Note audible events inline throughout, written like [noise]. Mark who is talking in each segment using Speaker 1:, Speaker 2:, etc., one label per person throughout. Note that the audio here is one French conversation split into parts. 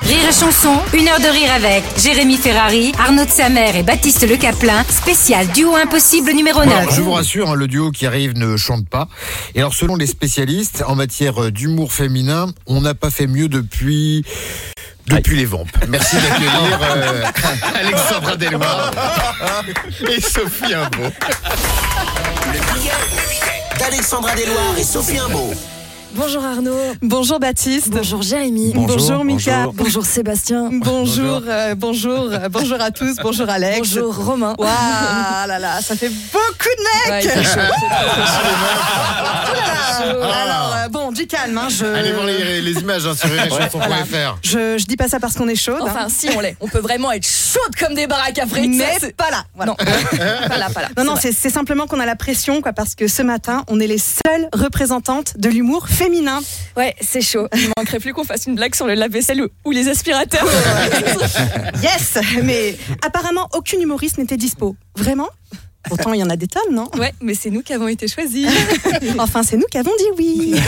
Speaker 1: Rire et chanson, une heure de rire avec Jérémy Ferrari, Arnaud de Samer et Baptiste Le Caplin, spécial duo impossible numéro 9.
Speaker 2: Bon, alors, je vous rassure, hein, le duo qui arrive ne chante pas. Et alors, selon les spécialistes, en matière euh, d'humour féminin, on n'a pas fait mieux depuis. Depuis les vampes. Merci d'accueillir [laughs] euh, Alexandra Delmar [laughs] et Sophie Imbeau.
Speaker 3: D'Alexandra Deloire et Sophie Imbeau.
Speaker 4: Bonjour Arnaud.
Speaker 5: Bonjour Baptiste.
Speaker 4: Bonjour Jérémy.
Speaker 5: Bonjour, Mika.
Speaker 4: Bonjour, Sébastien.
Speaker 5: Bonjour, euh, bonjour, euh, bonjour à tous, bonjour Alex.
Speaker 4: Bonjour Romain.
Speaker 5: Waouh, là là, ça fait beaucoup de mecs. Euh, Alors euh, bon, du calme, hein,
Speaker 2: Allez voir
Speaker 5: je,
Speaker 2: les, les images hein, [laughs] sur iréchanson.fr.
Speaker 5: je je dis pas ça parce qu'on est chaude. hein.
Speaker 4: Enfin, si on l'est. On peut vraiment être chaude comme des baraques à frites.
Speaker 5: mais
Speaker 4: Ça, c'est-
Speaker 5: pas là. Voilà.
Speaker 4: Non, [laughs] pas là, pas là.
Speaker 5: Non, non,
Speaker 4: vrai.
Speaker 5: c'est c'est simplement qu'on a la pression, quoi, parce que ce matin, on est les seules représentantes de l'humour féminin.
Speaker 4: Ouais, c'est chaud. Il manquerait plus qu'on fasse une blague sur le lave-vaisselle ou- ou les aspirateurs.
Speaker 5: Yes Mais apparemment, aucune humoriste n'était dispo. Vraiment Pourtant, il y en a des tonnes, non
Speaker 4: ouais, mais c'est nous qui avons été choisis.
Speaker 5: [laughs] Enfin, c'est nous qui avons dit oui.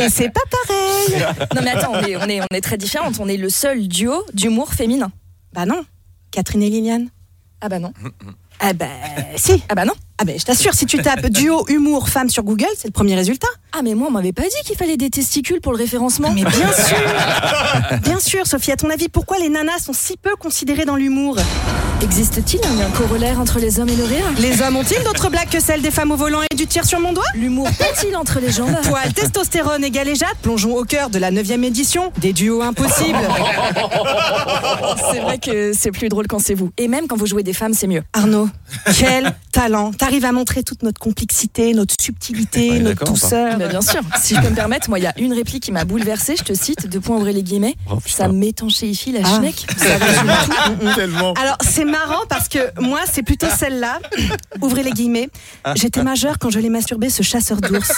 Speaker 5: Et c'est pas pareil.
Speaker 4: Non, mais attends, on est, on est, on est très différentes. On est le seul duo d'humour féminin.
Speaker 5: Bah non, Catherine et Liliane.
Speaker 4: Ah bah non.
Speaker 5: Ah bah si.
Speaker 4: Ah bah non.
Speaker 5: Ah bah je t'assure, si tu tapes duo humour femme sur Google, c'est le premier résultat.
Speaker 4: Ah, mais moi, on m'avait pas dit qu'il fallait des testicules pour le référencement.
Speaker 5: Mais bien sûr. Bien sûr, Sophie, à ton avis, pourquoi les nanas sont si peu considérées dans l'humour
Speaker 4: Existe-t-il un lien corollaire entre les hommes et le rire
Speaker 5: Les hommes ont-ils d'autres blagues que celles des femmes au volant et du tir sur mon doigt
Speaker 4: L'humour peut-il entre les jambes
Speaker 5: Poil, testostérone et galéjade, plongeons au cœur de la 9 édition des duos impossibles.
Speaker 4: C'est vrai que c'est plus drôle quand c'est vous. Et même quand vous jouez des femmes, c'est mieux.
Speaker 5: Arnaud, quel talent T'arrives à montrer toute notre complexité, notre subtilité, notre douceur.
Speaker 4: Bah, bien sûr. Si je peux me permettre, moi, il y a une réplique qui m'a bouleversée. Je te cite, deux points ouvrez les guillemets. ça m'étanchéifie la
Speaker 5: Ah.
Speaker 4: schneck. [laughs] Ça résume tout.
Speaker 5: Mm,
Speaker 2: Tellement.
Speaker 5: Alors, c'est marrant parce que moi, c'est plutôt celle-là. Ouvrez les guillemets. J'étais majeure quand je l'ai masturbé, ce chasseur d'ours.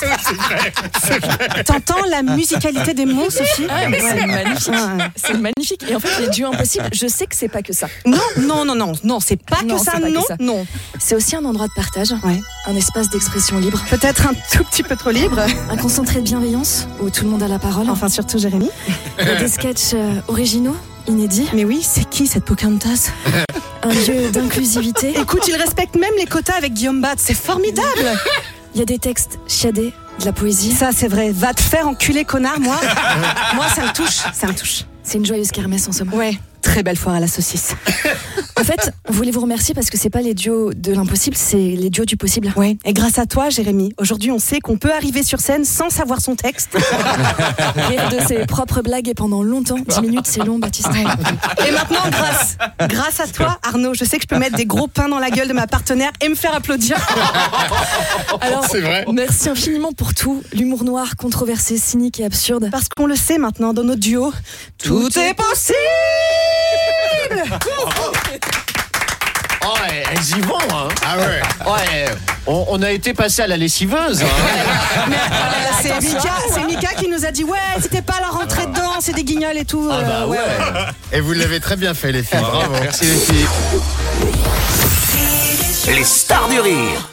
Speaker 5: T'entends la musicalité des mots, Sophie
Speaker 4: Ah, mais c'est
Speaker 5: Ouais.
Speaker 4: magnifique.
Speaker 5: Ouais.
Speaker 4: Ah, C'est magnifique. Et en fait, les duos impossibles, je sais que c'est pas que ça.
Speaker 5: Non, non, non, non, non, c'est pas
Speaker 4: Non,
Speaker 5: que ça,
Speaker 4: c'est pas que
Speaker 5: non,
Speaker 4: ça.
Speaker 5: non.
Speaker 4: C'est aussi un endroit de partage,
Speaker 5: Ouais.
Speaker 4: un espace d'expression libre,
Speaker 5: Peut-être un tout petit peu trop libre.
Speaker 4: un concentré de bienveillance où tout le monde a la parole,
Speaker 5: Enfin, surtout Jérémy.
Speaker 4: et des sketchs euh, originaux, inédits,
Speaker 5: Mais oui, c'est qui cette Pocahontas
Speaker 4: un lieu d'inclusivité.
Speaker 5: Écoute, il respecte même les quotas avec Guillaume Bat, c'est formidable
Speaker 4: Il y a des textes chiadés, de la poésie.
Speaker 5: Ça, c'est vrai. Va te faire enculer, connard, moi. moi, ça me touche, ça me touche.
Speaker 4: C'est une joyeuse kermesse en somme.
Speaker 5: Ouais, très belle foire à la saucisse.
Speaker 4: En fait, on voulait vous remercier parce que c'est pas les duos de l'impossible, c'est les duos du possible.
Speaker 5: Ouais, et grâce à toi, Jérémy, aujourd'hui on sait qu'on peut arriver sur scène sans savoir son texte.
Speaker 4: Rire de ses propres blagues et pendant longtemps, 10 minutes, c'est long, Baptiste.
Speaker 5: Et maintenant, grâce, grâce à toi, Arnaud, je sais que je peux mettre des gros pains dans la gueule de ma partenaire et me faire applaudir.
Speaker 4: Alors,
Speaker 2: C'est vrai.
Speaker 4: merci infiniment pour tout. L'humour noir, controversé, cynique et absurde.
Speaker 5: Parce qu'on le sait maintenant dans notre duo, tout est possible
Speaker 6: Oh, elles elles y vont, hein.
Speaker 2: Ah ouais.
Speaker 6: Ouais, on, on a été passé à la lessiveuse. hein.
Speaker 5: oh C'est Mika, c'est Mika qui nous a dit ouais, c'était pas la rentrée dedans, c'est des guignols et tout.
Speaker 6: Ah bah
Speaker 5: Euh,
Speaker 6: ouais.
Speaker 2: Et vous l'avez très bien fait, les filles. Bravo.
Speaker 6: Merci les filles.
Speaker 3: Les stars du rire.